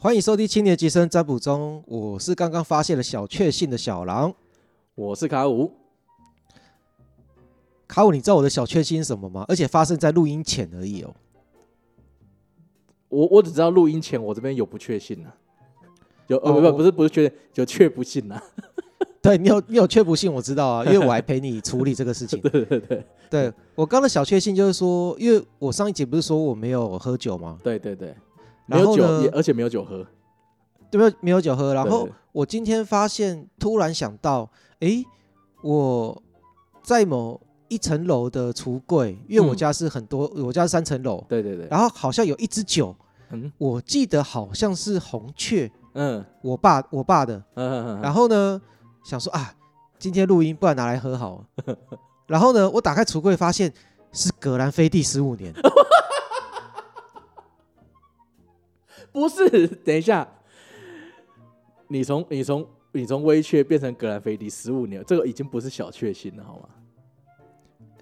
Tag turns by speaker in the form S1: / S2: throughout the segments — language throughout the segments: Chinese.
S1: 欢迎收听《青年吉生占卜中》，我是刚刚发现了小确幸的小狼。
S2: 我是卡五，
S1: 卡五，你知道我的小确幸是什么吗？而且发生在录音前而已哦。
S2: 我我只知道录音前我这边有不确信呐、啊有呃
S1: 哦
S2: 不
S1: 我
S2: 不不是不是确有确不信呐、啊
S1: 对你有你有确不信，我知道啊，因为我还陪你处理这个 事情。对对对，对我刚的小确幸就是说，因为我上一集不是说我没有喝酒吗？
S2: 对对对，没
S1: 然
S2: 有
S1: 后
S2: 酒
S1: 呢
S2: 也，而且没有酒喝，
S1: 对，没有没有酒喝。然
S2: 对
S1: 后
S2: 对
S1: 我今天发现，突然想到，诶，我在某一层楼的橱柜，因为我
S2: 嗯
S1: 家是很多，我家是三层楼，
S2: 对对对，
S1: 然后好像有一支酒，
S2: 嗯
S1: 我记得好像是红雀，
S2: 嗯
S1: 我爸我爸的。
S2: 嗯嗯，
S1: 然
S2: 后
S1: 后呢，想说啊，今天录音，不然拿来喝好了。然后呢，我打开橱柜，发现是格兰菲第十五年。
S2: 不是， 等一下，你从你从你从微确变成格兰菲迪十五年，这个已经不是小确幸了好吗？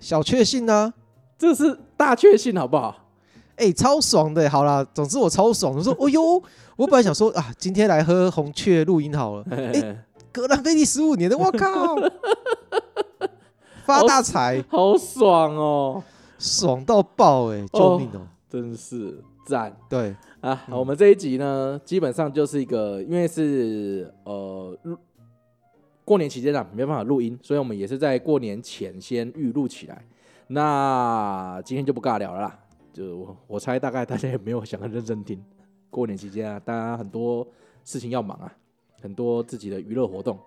S1: 小确幸呢、
S2: 这是大确幸好不好？
S1: 哎、超爽的。好啦，总之我超爽。我说，哦呦，我本来想说啊，今天来喝红雀录音好了。格兰菲第十五年的，我靠，发大财，
S2: 好爽哦，
S1: 爽到爆哎、救命哦！
S2: 真是赞。
S1: 对，
S2: 啊，
S1: 嗯
S2: 我们这一集呢，基本上就是一个，因为是呃录过年期间啊，没办法录音，所以我们也是在过年前先预录起来。那今天就不尬聊了啦，就我我猜大概大家也没有想很认真听。过年期间啊，大家很多事情要忙啊，很多自己的娱乐活动。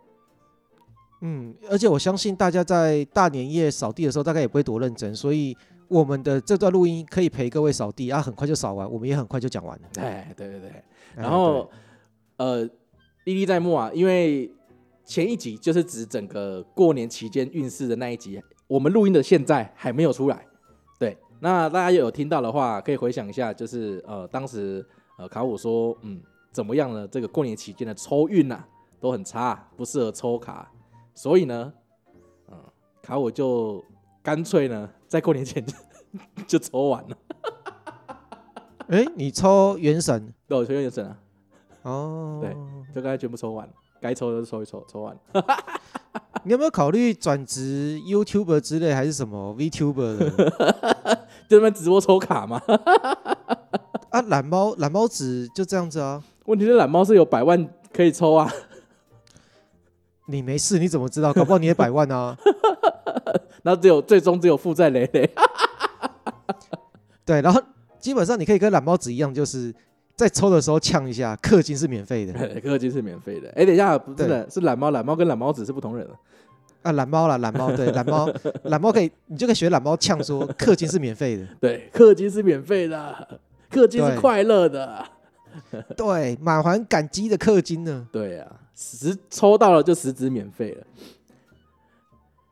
S1: 嗯，而且我相信大家在大年夜扫地的时候，大概也不会多认真，所以我们的这段录音可以陪各位扫地啊，很快就扫完，我们也很快就讲完了。
S2: 哎，对对对，
S1: 哎
S2: 然后
S1: 对、
S2: 呃，历历在目啊，因为前一集就是指整个过年期间运势的那一集，我们录音的现在还没有出来。对，那大家有听到的话，可以回想一下，就是呃，当时呃卡五说，嗯，怎么样呢？这个过年期间的抽运啊，都很差、不适合抽卡，所以呢，嗯、卡五就干脆呢，在过年前 就就抽完了。
S1: 哎，你抽原神
S2: 对，我抽原神啊，
S1: 哦，
S2: 对就刚才全部抽完，该抽的就抽一抽，抽完。
S1: 你有没有考虑转职 YouTuber 之类，还是什么 VTuber 的
S2: 就在那边直播抽卡嘛。
S1: 啊？懒猫懒猫子就这样子啊？
S2: 问题是懒猫是有百万可以抽啊，
S1: 你没事，你怎么知道？搞不好你也百万啊？
S2: 然后只有最终只有负债累累。
S1: 对，然后基本上你可以跟懒猫子一样，就是在抽的时候呛一下，氪金是免费的
S2: 氪金是免费的。哎、等一下，不是的，是懒猫，懒猫跟懒猫子是不同人的。
S1: 啊。懒猫啦，懒猫对，懒猫懒猫可以，你就可以学懒猫呛说氪金是免费的。
S2: 对，氪金是免费的，氪金
S1: 对
S2: 是快乐的。
S1: 对，满怀感激的氪金呢。
S2: 对啊，实抽到了就实质免费了。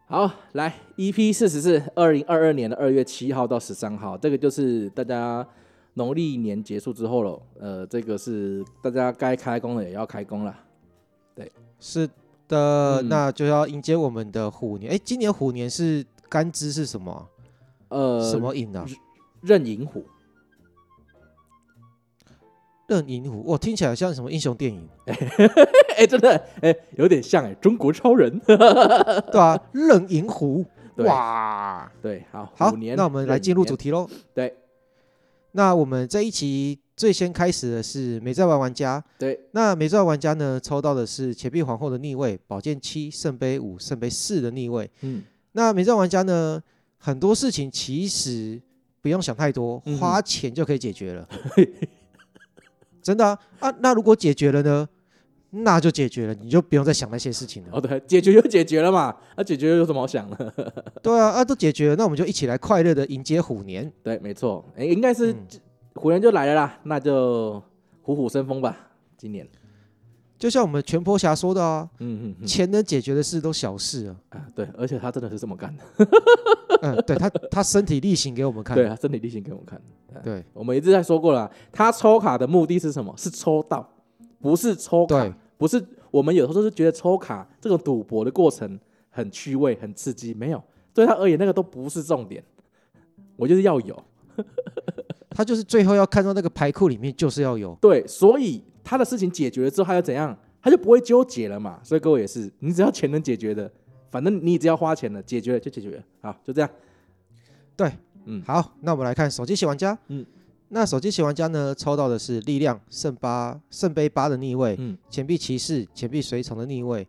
S2: 好，来 EP 四十四，二零二二年的二月七号到十三号，这个就是大家农历年结束之后了。呃，这个是大家该开工了也要开工了。
S1: 是的，
S2: 嗯
S1: 那就要迎接我们的虎年。哎，今年虎年是干支是什么啊？
S2: 呃，
S1: 什么寅啊？
S2: 任银虎？
S1: 壬寅虎，哇，听起来像什么英雄电 影？
S2: 哎、真的，哎、有点像哎、中国超人。
S1: 对啊，壬寅虎，
S2: 对
S1: 哇！
S2: 对，好，
S1: 好
S2: 虎年，
S1: 那我们来进入主
S2: 题。
S1: 题喽。
S2: 对
S1: 那我们这一期最先开始的是美在玩玩家，
S2: 对，
S1: 那美钻玩家呢，抽到的是钱币皇后的逆位，宝剑七、圣杯五、圣杯四的逆位。
S2: 嗯，
S1: 那美钻玩家呢，很多事情其实不用想太多，
S2: 嗯哼
S1: 花钱就可以解决了。 真的啊啊，那如果解决了呢？那就解决了，你就不用再想那些事情了。
S2: 哦对，解决就解决了嘛，那、解决有什么好想的？
S1: 对啊，啊都解决了，那我们就一起来快乐的迎接虎年。
S2: 对，没错，哎、应该是、
S1: 嗯
S2: 虎年就来了啦，那就虎虎生风吧，今年。
S1: 就像我们全坡侠说的啊，
S2: 嗯嗯
S1: 钱能解决的事都小事啊。
S2: 嗯、啊，对，而且他真的是这么干的，
S1: 嗯，对他他身体力行给我们看。
S2: 对他身体力行给我们看。
S1: 对
S2: 我们一直在说过了啊，他抽卡的目的是什么？是抽到，不是抽卡
S1: 对，
S2: 不是我们有时候是觉得抽卡这种赌博的过程很趣味、很刺激，没有对他而言那个都不是重点，我就是要有
S1: 他就是最后要看到那个牌库里面就是要有。
S2: 对，所以他的事情解决了之后，他又怎样？他就不会纠结了嘛。所以各位也是，你只要钱能解决的，反正你只要花钱了，解决了就解决了，好，就这样。
S1: 对，
S2: 嗯，
S1: 好，那我们来看手机写玩家。
S2: 嗯
S1: 嗯，那手机写玩家呢，抽到的是力量圣八圣杯八的逆位，
S2: 嗯
S1: 钱币骑士钱币随从的逆位。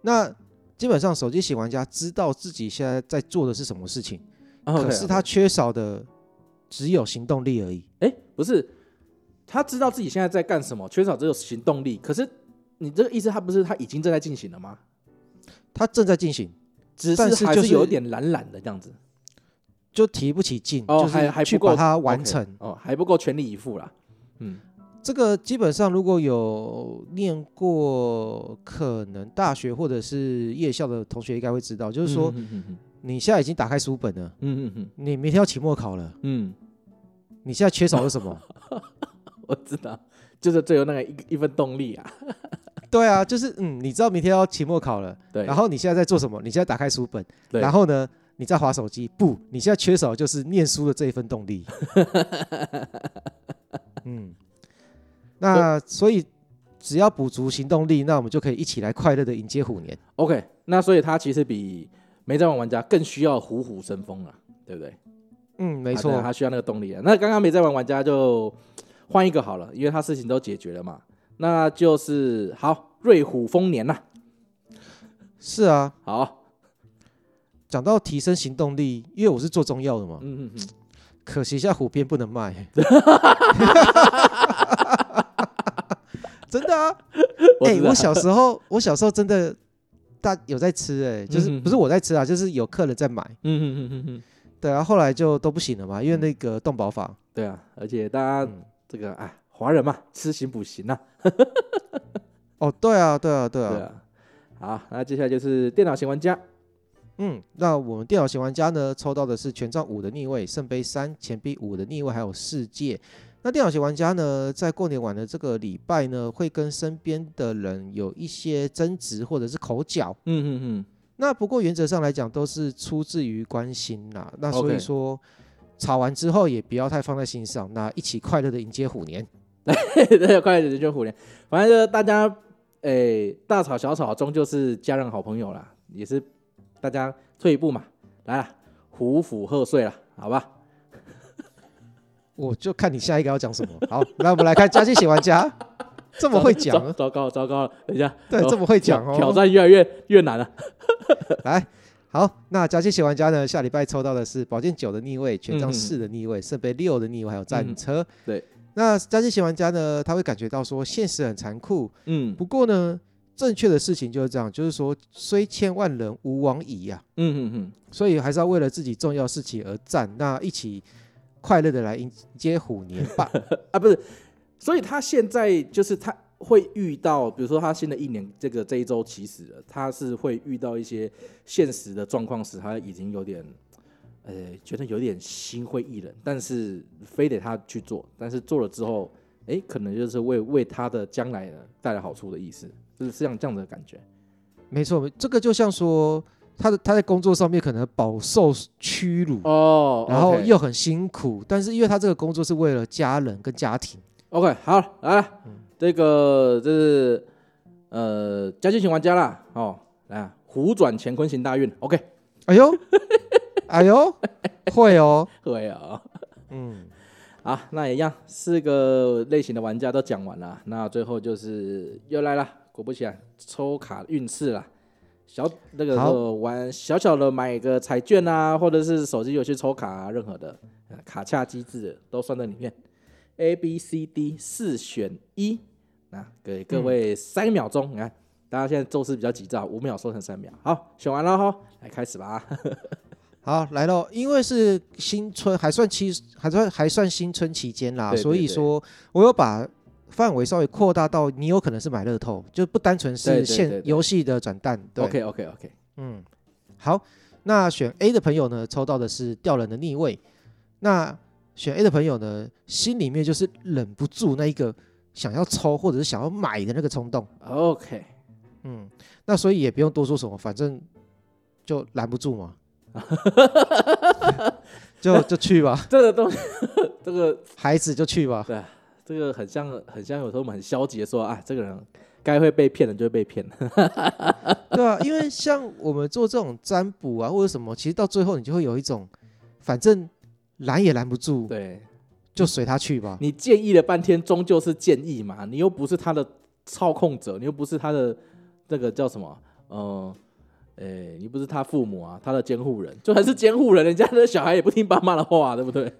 S1: 那基本上手机写玩家知道自己现在在做的是什么事情，
S2: 啊，OK，
S1: 可是他缺少的只有行动力而已。
S2: 哎，不是，他知道自己现在在干什么，缺少这个行动力。可是你这个意思，他不是他已经正在进行了吗？
S1: 他正在进行，
S2: 只
S1: 但是
S2: 还
S1: 就是是
S2: 有一点懒懒的这样子，
S1: 就提不起劲，
S2: 哦
S1: 就
S2: 还还
S1: 是去
S2: 不
S1: 把
S2: 够
S1: 它完
S2: OK，
S1: 成。
S2: 哦，还不够全力以赴啦。嗯，
S1: 这个基本上如果有念过可能大学或者是夜校的同学，应该会知道，就是说
S2: 嗯嗯嗯
S1: 你现在已经打开书本了，
S2: 嗯嗯嗯
S1: 你明天要期末考了，
S2: 嗯，
S1: 你现在缺少了什 么？
S2: 嗯我知道，就是最有那个一一份动力啊。
S1: 对啊，就是嗯，你知道明天要期末考了，
S2: 对，
S1: 然后你现在在做什么？你现在打开书本，
S2: 对
S1: 然后呢，你在划手机，不，你现在缺少的就是念书的这一份动 力。嗯，那所以只要补足行动力，那我们就可以一起来快乐的迎接虎年。
S2: OK，那所以他其实比没在玩玩家更需要虎虎生风啊，对不对？
S1: 嗯，没
S2: 啊对啊
S1: 错，
S2: 他需要那个动力啊。那刚刚没在玩玩家就换一个好了，因为他事情都解决了嘛。那就是好，瑞虎丰年呐、
S1: 是啊。
S2: 好，
S1: 讲到提升行动力，因为我是做中药的嘛，
S2: 嗯嗯嗯，
S1: 可惜现在虎鞭不能卖。 真的啊，哎、
S2: 知道
S1: 我小时候，我小时候真的大有在吃、哎，就是、
S2: 嗯哼
S1: 不是我在吃啊，就是有客人在买，
S2: 嗯嗯嗯嗯嗯，
S1: 对啊，后来就都不行了嘛，因为那个动保法，
S2: 对啊，而且大家
S1: 嗯，
S2: 这个哎，华人嘛，吃行补行呐、啊
S1: 哦，对啊，对啊，对
S2: 对
S1: 啊，
S2: 啊。好，那接下来就是电脑型玩家，
S1: 嗯，那我们电脑型玩家呢，抽到的是权杖五的逆位、圣杯三、钱币五的逆位，还有世界。那电脑型玩家呢，在过年晚的这个礼拜呢，会跟身边的人有一些争执或者是口角。
S2: 嗯嗯
S1: 那不过原则上来讲，都是出自于关心啦。那所
S2: OK
S1: 以说吵完之后也不要太放在心上，那一起快乐的迎接虎年。
S2: 嗯，对，快点解决虎年，反正就是大家，哎、大吵小吵终究是家人好朋友啦，也是大家退一步嘛，来啦，虎虎贺岁啦，好吧？
S1: 我就看你下一个要讲什么。好，那我们来看嘉欣型玩家，这么会讲
S2: 糟
S1: 啊，
S2: 糟糕，糟糕了！等一下，
S1: 对，这么会讲哦。
S2: 挑战越来越越难了。
S1: 来，好，那假期写玩家呢，下礼拜抽到的是宝剑九的逆位、权
S2: 嗯
S1: 杖
S2: 哼
S1: 四的逆位、圣杯六的逆位，还有
S2: 嗯
S1: 战车。
S2: 对，
S1: 那假期写玩家呢，他会感觉到说现实很残酷，
S2: 嗯
S1: 不过呢，正确的事情就是这样，就是说虽千万人吾往矣呀、
S2: 嗯嗯嗯，
S1: 所以还是要为了自己重要事情而战，那一起快乐的来迎接虎年吧。
S2: 啊，不是，所以他现在就是他会遇到，比如说他新的一年这个这一周起始了，他是会遇到一些现实的状况时，他已经有点。呃，觉得有点心灰意冷，但是非得他去做，但是做了之后，哎，可能就是为为他的将来带来好处的意思，就是这样这样的感觉。
S1: 没错，这个就像说他的他在工作上面可能饱受屈辱。
S2: 哦
S1: 然后又很辛苦，但是因为他这个工作是为了家人跟家庭，
S2: OK，好，来了，这个这是呃家境型玩家啦，哦，来啊虎转乾坤行大运，OK，
S1: 哎 呦，哎呦，会哦，
S2: 对啊，
S1: 嗯，
S2: 好，那也一样，四个类型的玩家都讲完了，那最后就是又来了，果不其然，抽卡运势啦。小那个时候玩小小的买个彩券啊，或者是手机游戏抽卡、啊，任何的呃卡恰机制的都算在里面。A、B、C、D 四选一，那给各位三秒钟，你看大家现在做事比较急躁，五秒缩成三秒。好，选完了哈，来开始吧。
S1: 好，来喽，因为是新春，还算期，还算还算新春期间啦，
S2: 对对
S1: 所以
S2: 对
S1: 说我有把范围稍微扩大到你有可能是买乐透，就不单纯
S2: 对
S1: 是
S2: 对对
S1: 现
S2: 对
S1: 游戏的转蛋。对
S2: OK OK OK，
S1: 嗯，好，那选 A 的朋友呢，抽到的是吊人的逆位，那选 A 的朋友呢，心里面就是忍不住那一个想要抽或者是想要买的那个冲动。
S2: OK，
S1: 嗯，那所以也不用多说什么，反正就拦不住 嘛，就就去吧，
S2: 这个东西，这个
S1: 孩子就去吧。
S2: 这个很像，很像有时候我们很消极的说啊，这个人该会被骗的就会被骗。
S1: 对啊，因为像我们做这种占卜啊或者什么，其实到最后你就会有一种，反正拦也拦不住，
S2: 对
S1: 就随他去吧。
S2: 你建议了半天，终究是建议嘛，你又不是他的操控者，你又不是他的那个叫什么，呃，哎、你不是他父母啊，他的监护人，就算是监护人，人家的小孩也不听爸妈的话、 对不对？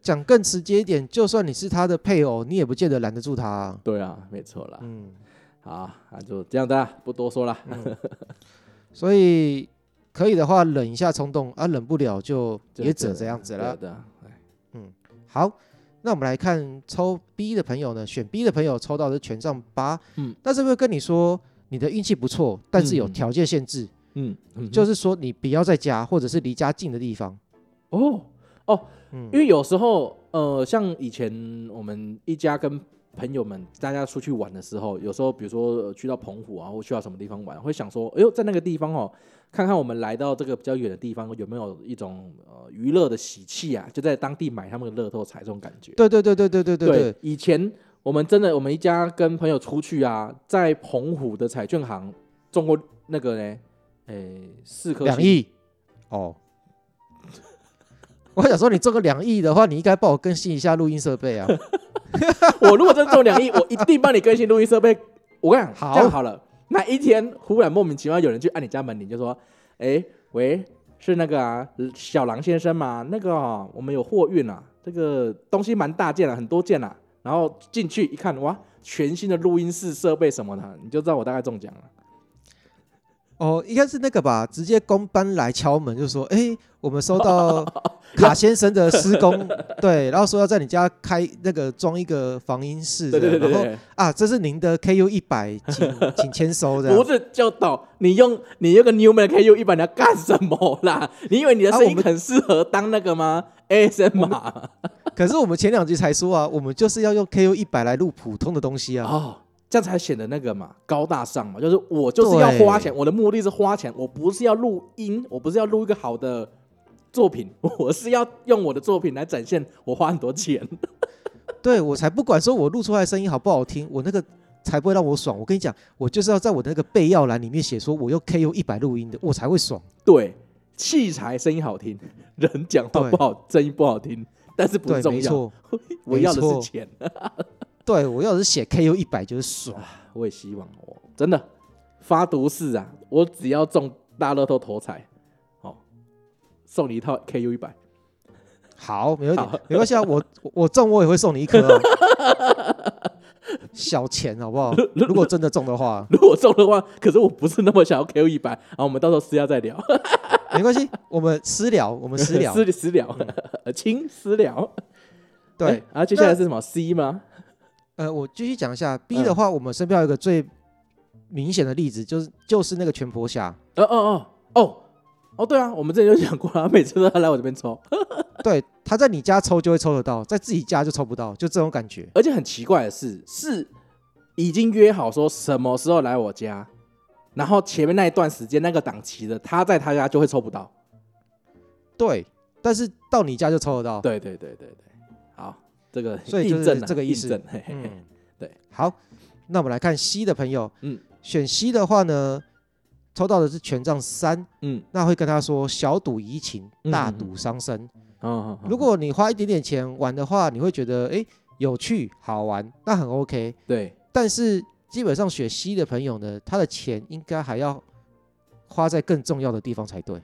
S1: 讲更直接一点，就算你是他的配偶，你也不见得拦得住他啊、
S2: 对啊，没错啦。
S1: 嗯，
S2: 好，那就这样子啊，不多说了。
S1: 所以可以的话，忍一下冲动啊，忍不了就也只能这样子
S2: 了。
S1: 了。
S2: 对啊对啊
S1: 好，那我们来看抽 B 的朋友呢，选 B 的朋友抽到的是权杖八，
S2: 嗯，
S1: 那是不是跟你说你的运气不错，但是有
S2: 嗯
S1: 条件限制，
S2: 嗯，嗯
S1: 就是说你不要在家或者是离家近的地方。
S2: 哦哦，
S1: 嗯
S2: 因为有时候呃，像以前我们一家跟朋友们大家出去玩的时候，有时候比如说、呃去到澎湖啊，或去到什么地方玩，会想说，哎呦，在那个地方哦，看看我们来到这个比较远的地方有没有一种呃娱乐的喜气啊，就在当地买他们的乐透彩这种感觉。
S1: 对对对对对对对对，
S2: 以前我们真的我们一家跟朋友出去啊，在澎湖的彩券行中过那个呢，诶，四颗
S1: 两
S2: 星
S1: 亿哦。 我想说，你中个两亿的话，你应该帮我更新一下录音设备啊。
S2: 我如果真中两亿，我一定帮你更新录音设备。我跟你讲，
S1: 好
S2: 这样好了，那一天忽然莫名其妙有人去按你家门铃，就说：“哎，喂，是那个啊，小狼先生吗？那个、哦、我们有货运啊，这个东西蛮大件啊，很多件啊。”然后进去一看，哇，全新的录音室设备什么的，你就知道我大概中奖了。
S1: 哦，应该是那个吧，直接公班来敲门，就说：“哎、我们收 到卡先生的施工，对，然后说要在你家开那个装一个防音室
S2: 对
S1: 的，
S2: 对对对
S1: 然后
S2: 对，
S1: 啊，这是您的 KU 一百， 请请签收这
S2: 不
S1: 样。
S2: 是就懂？你用你用个 Newman 的 KU 一百，你要干什么啦？你以为你的
S1: 啊
S2: 声
S1: 我
S2: 音
S1: 们
S2: 很适合当那个吗？ASMR
S1: 可是我们前两集才说啊，我们就是要用 KU 一百来录普通的东西啊。
S2: 哦，这样才显得那个嘛高大上嘛，就是我就是要花钱，我的目的是花钱，我不是要录音，我不是要录一个好的作品， 我是要用我的作品来展现我花很多钱。
S1: 对我才不管说我录出来的声音好不好听，我那个才不会让我爽。我跟你讲，我就是要在我的那个备要栏里面写说我用 KU 一百录音的，我才会爽。
S2: 对，器材声音好听， 人讲话
S1: 对
S2: 不好，声音不好听，但是不
S1: 对，没
S2: 重要，
S1: 错，
S2: 我要的
S1: 没
S2: 是
S1: 错
S2: 钱。
S1: 对我要的是写 KU 一百就是爽。
S2: 我也希望我真的发毒誓啊，我只要中大乐透头彩，哦，送你一套 KU 一百。
S1: 好，没问题
S2: 好，
S1: 没关系啊，我 我我中我也会送你一颗、啊，小钱好不 好？如果真的中的话，
S2: 如果中的话，可是我不是那么想要 KU 一百，然后我们到时候私下再聊，
S1: 没关系，我们私聊，我们 私聊，嗯
S2: 私私聊， 亲私聊。
S1: 对
S2: 哎，然后接下来是什么 C 吗？哎
S1: 呃，我继续讲一下
S2: 嗯
S1: B 的话，我们身边有一个最明显的例子，就是就是那个全婆侠，
S2: 哦哦哦哦哦，对啊，我们之前就讲过了，每次都要来我这边抽，
S1: 对，他在你家抽就会抽得到，在自己家就抽不到，就这种感觉。
S2: 而且很奇怪的是，是已经约好说什么时候来我家，然后前面那一段时间那个档期的，他在他家就会抽不
S1: 哦
S2: 到。
S1: 对，但是到你家就抽得到。
S2: 对对对对对，好，这个
S1: 所以就是
S2: 印证了
S1: 这个意思
S2: 印证嘿嘿嘿
S1: 嗯，
S2: 对。
S1: 好，那我们来看 C 的朋友，
S2: 嗯
S1: 选 C 的话呢，抽到的是权杖三，
S2: 嗯
S1: 那会跟他说小赌怡情，
S2: 嗯
S1: 大
S2: 嗯
S1: 赌伤身。
S2: 嗯，
S1: 如果你花一点点钱玩的话，你会觉得诶有趣好玩，那很 OK。
S2: 对
S1: 但是基本上选 C 的朋友呢，他的钱应该还要花在更重要的地方才对。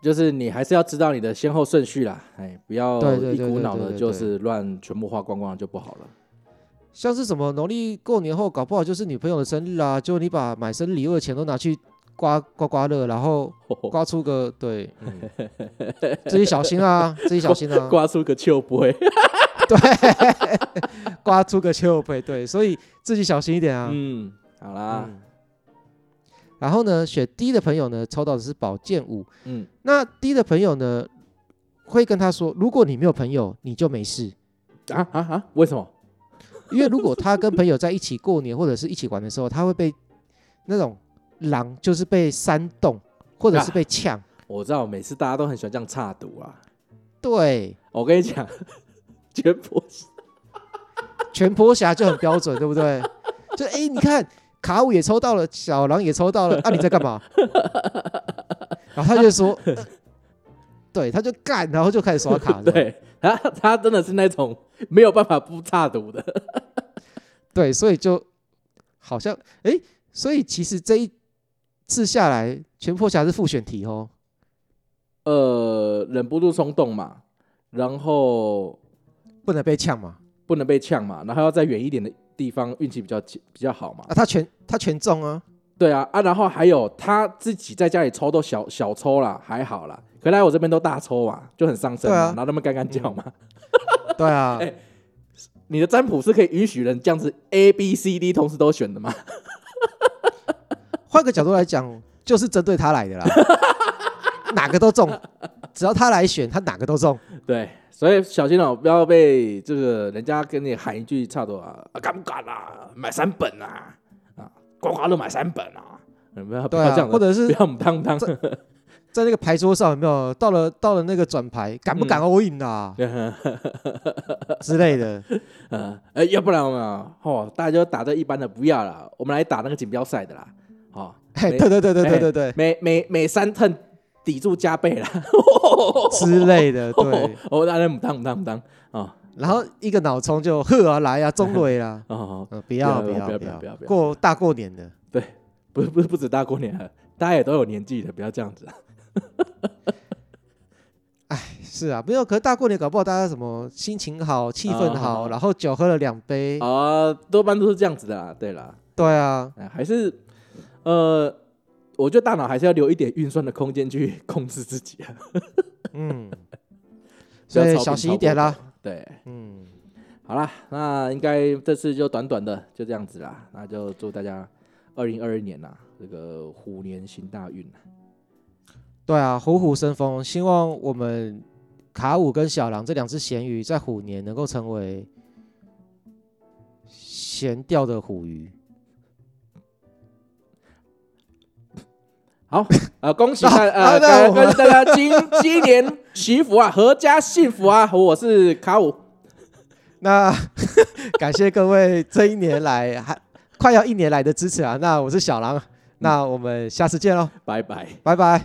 S2: 就是你还是要知道你的先后顺序啦，哎，不要
S1: 对对
S2: 一
S1: 对
S2: 股
S1: 对
S2: 脑
S1: 对
S2: 的
S1: 对
S2: 就
S1: 对
S2: 是乱全部花光光就不好 了。
S1: 像是什么农历过年后，搞不好就是女朋友的生日啦，就你把买生日礼物的钱都拿去刮刮刮乐，然
S2: 哦
S1: 后刮出个对，嗯自己小心啊，自己小心啊，
S2: 刮出个秋波，
S1: 对，刮出个秋杯，对，所以自己小心一点啊。
S2: 嗯，好啦，
S1: 嗯然后呢，选 D 的朋友呢，抽到的是宝剑五。
S2: 嗯，
S1: 那 D 的朋友呢，会跟他说，如果你没有朋友，你就没事，
S2: 啊啊啊，为什么？
S1: 因为如果他跟朋友在一起过年或者是一起玩的时候，他会被那种狼，就是被煽动，或者是被呛。
S2: 我知道每次大家都很喜欢这样插赌啊，
S1: 对，
S2: 我跟你讲，全部
S1: 全坡侠就很标准，对不对？就哎、诶你看卡五也抽到了，小狼也抽到了，啊，你在干嘛？然后他就说，呃对，他就干，然后就开始刷 卡，吧
S2: 对他他真的是那种没有办法不差赌的，
S1: 对，所以就好像哎、诶所以其实这一次下来，全破侠是复选题哦，
S2: 呃，忍不住冲动嘛，然后
S1: 不能被呛嘛，
S2: 不能被呛嘛，然后要在远一点的地方运气比较起比较好嘛
S1: 啊，。他全他全中啊，
S2: 对啊啊，然后还有他自己在家里抽都小小抽啦，还好啦。可来我这边都大抽嘛，就很伤身嘛，
S1: 对啊
S2: 然后他们干干叫嘛。
S1: 对 啊，
S2: 诶你的占卜是可以允许人这样子 A B C D 同时都选的吗？
S1: 换个角度来讲，就是针对他来 的啦，哪个都中，只要他来选，他哪个都中。
S2: 对，所以小心哦、不要被这个人家跟你喊一句差多啊，啊敢不敢啊，买三本啊，啊，刮刮乐买三本啊，嗯不要不
S1: 对
S2: 要
S1: 啊
S2: 这样，子，
S1: 或者是
S2: 不要母汤汤，
S1: 在那个牌桌上有没有到了到了那个转牌，敢不敢 all in 啊、
S2: 嗯
S1: 之类的？
S2: 呃，呃要不然我们啊哦，大家就打这一般的不要啦，我们来打那个锦标赛的啦，哦，
S1: 嘿，
S2: 没
S1: 对对对对对对对、
S2: 每每每三 turn 抵住加倍啦，
S1: 之类的，对。，
S2: 哦，那那母汤母汤母汤啊，，
S1: 然后一个脑冲就呵啊来啊，中 尾啦
S2: 哦，
S1: 嗯，不要
S2: 不要
S1: 要
S2: 不要不要不要
S1: 过大过年的，
S2: 对，不是不是不止大过年了，大家也都有年纪的，不要这样子。
S1: 是啊，没有，可是大过年搞不好大家什么心情好，气氛
S2: 啊好好
S1: 好，然后酒喝了两杯，
S2: 啊、多半都是这样子的啦。对啦，
S1: 对啊，
S2: 哎还是呃，我觉得大脑还是要留一点运算的空间去控制自己啊，
S1: 嗯，
S2: 不
S1: 所
S2: 要
S1: 以
S2: 超频
S1: 小心一
S2: 超
S1: 点
S2: 过
S1: 啦，
S2: 头。对，
S1: 嗯，
S2: 好啦，那应该这次就短短的就这样子啦。那就祝大家二零二二年呐、啊这个虎年行大运啊
S1: 对啊，虎虎生风，希望我们卡五跟小狼这两只咸鱼在虎年能够成为咸掉的虎鱼。
S2: 好，呃，恭喜大
S1: 啊那
S2: 呃，大
S1: 我
S2: 恭喜大家今今年祈福啊，阖家幸福啊！我是卡五，
S1: 那 感谢各位这一年来还快要一年来的支持啊！那我是小狼，那我们下次见喽，
S2: 拜拜。
S1: 拜拜。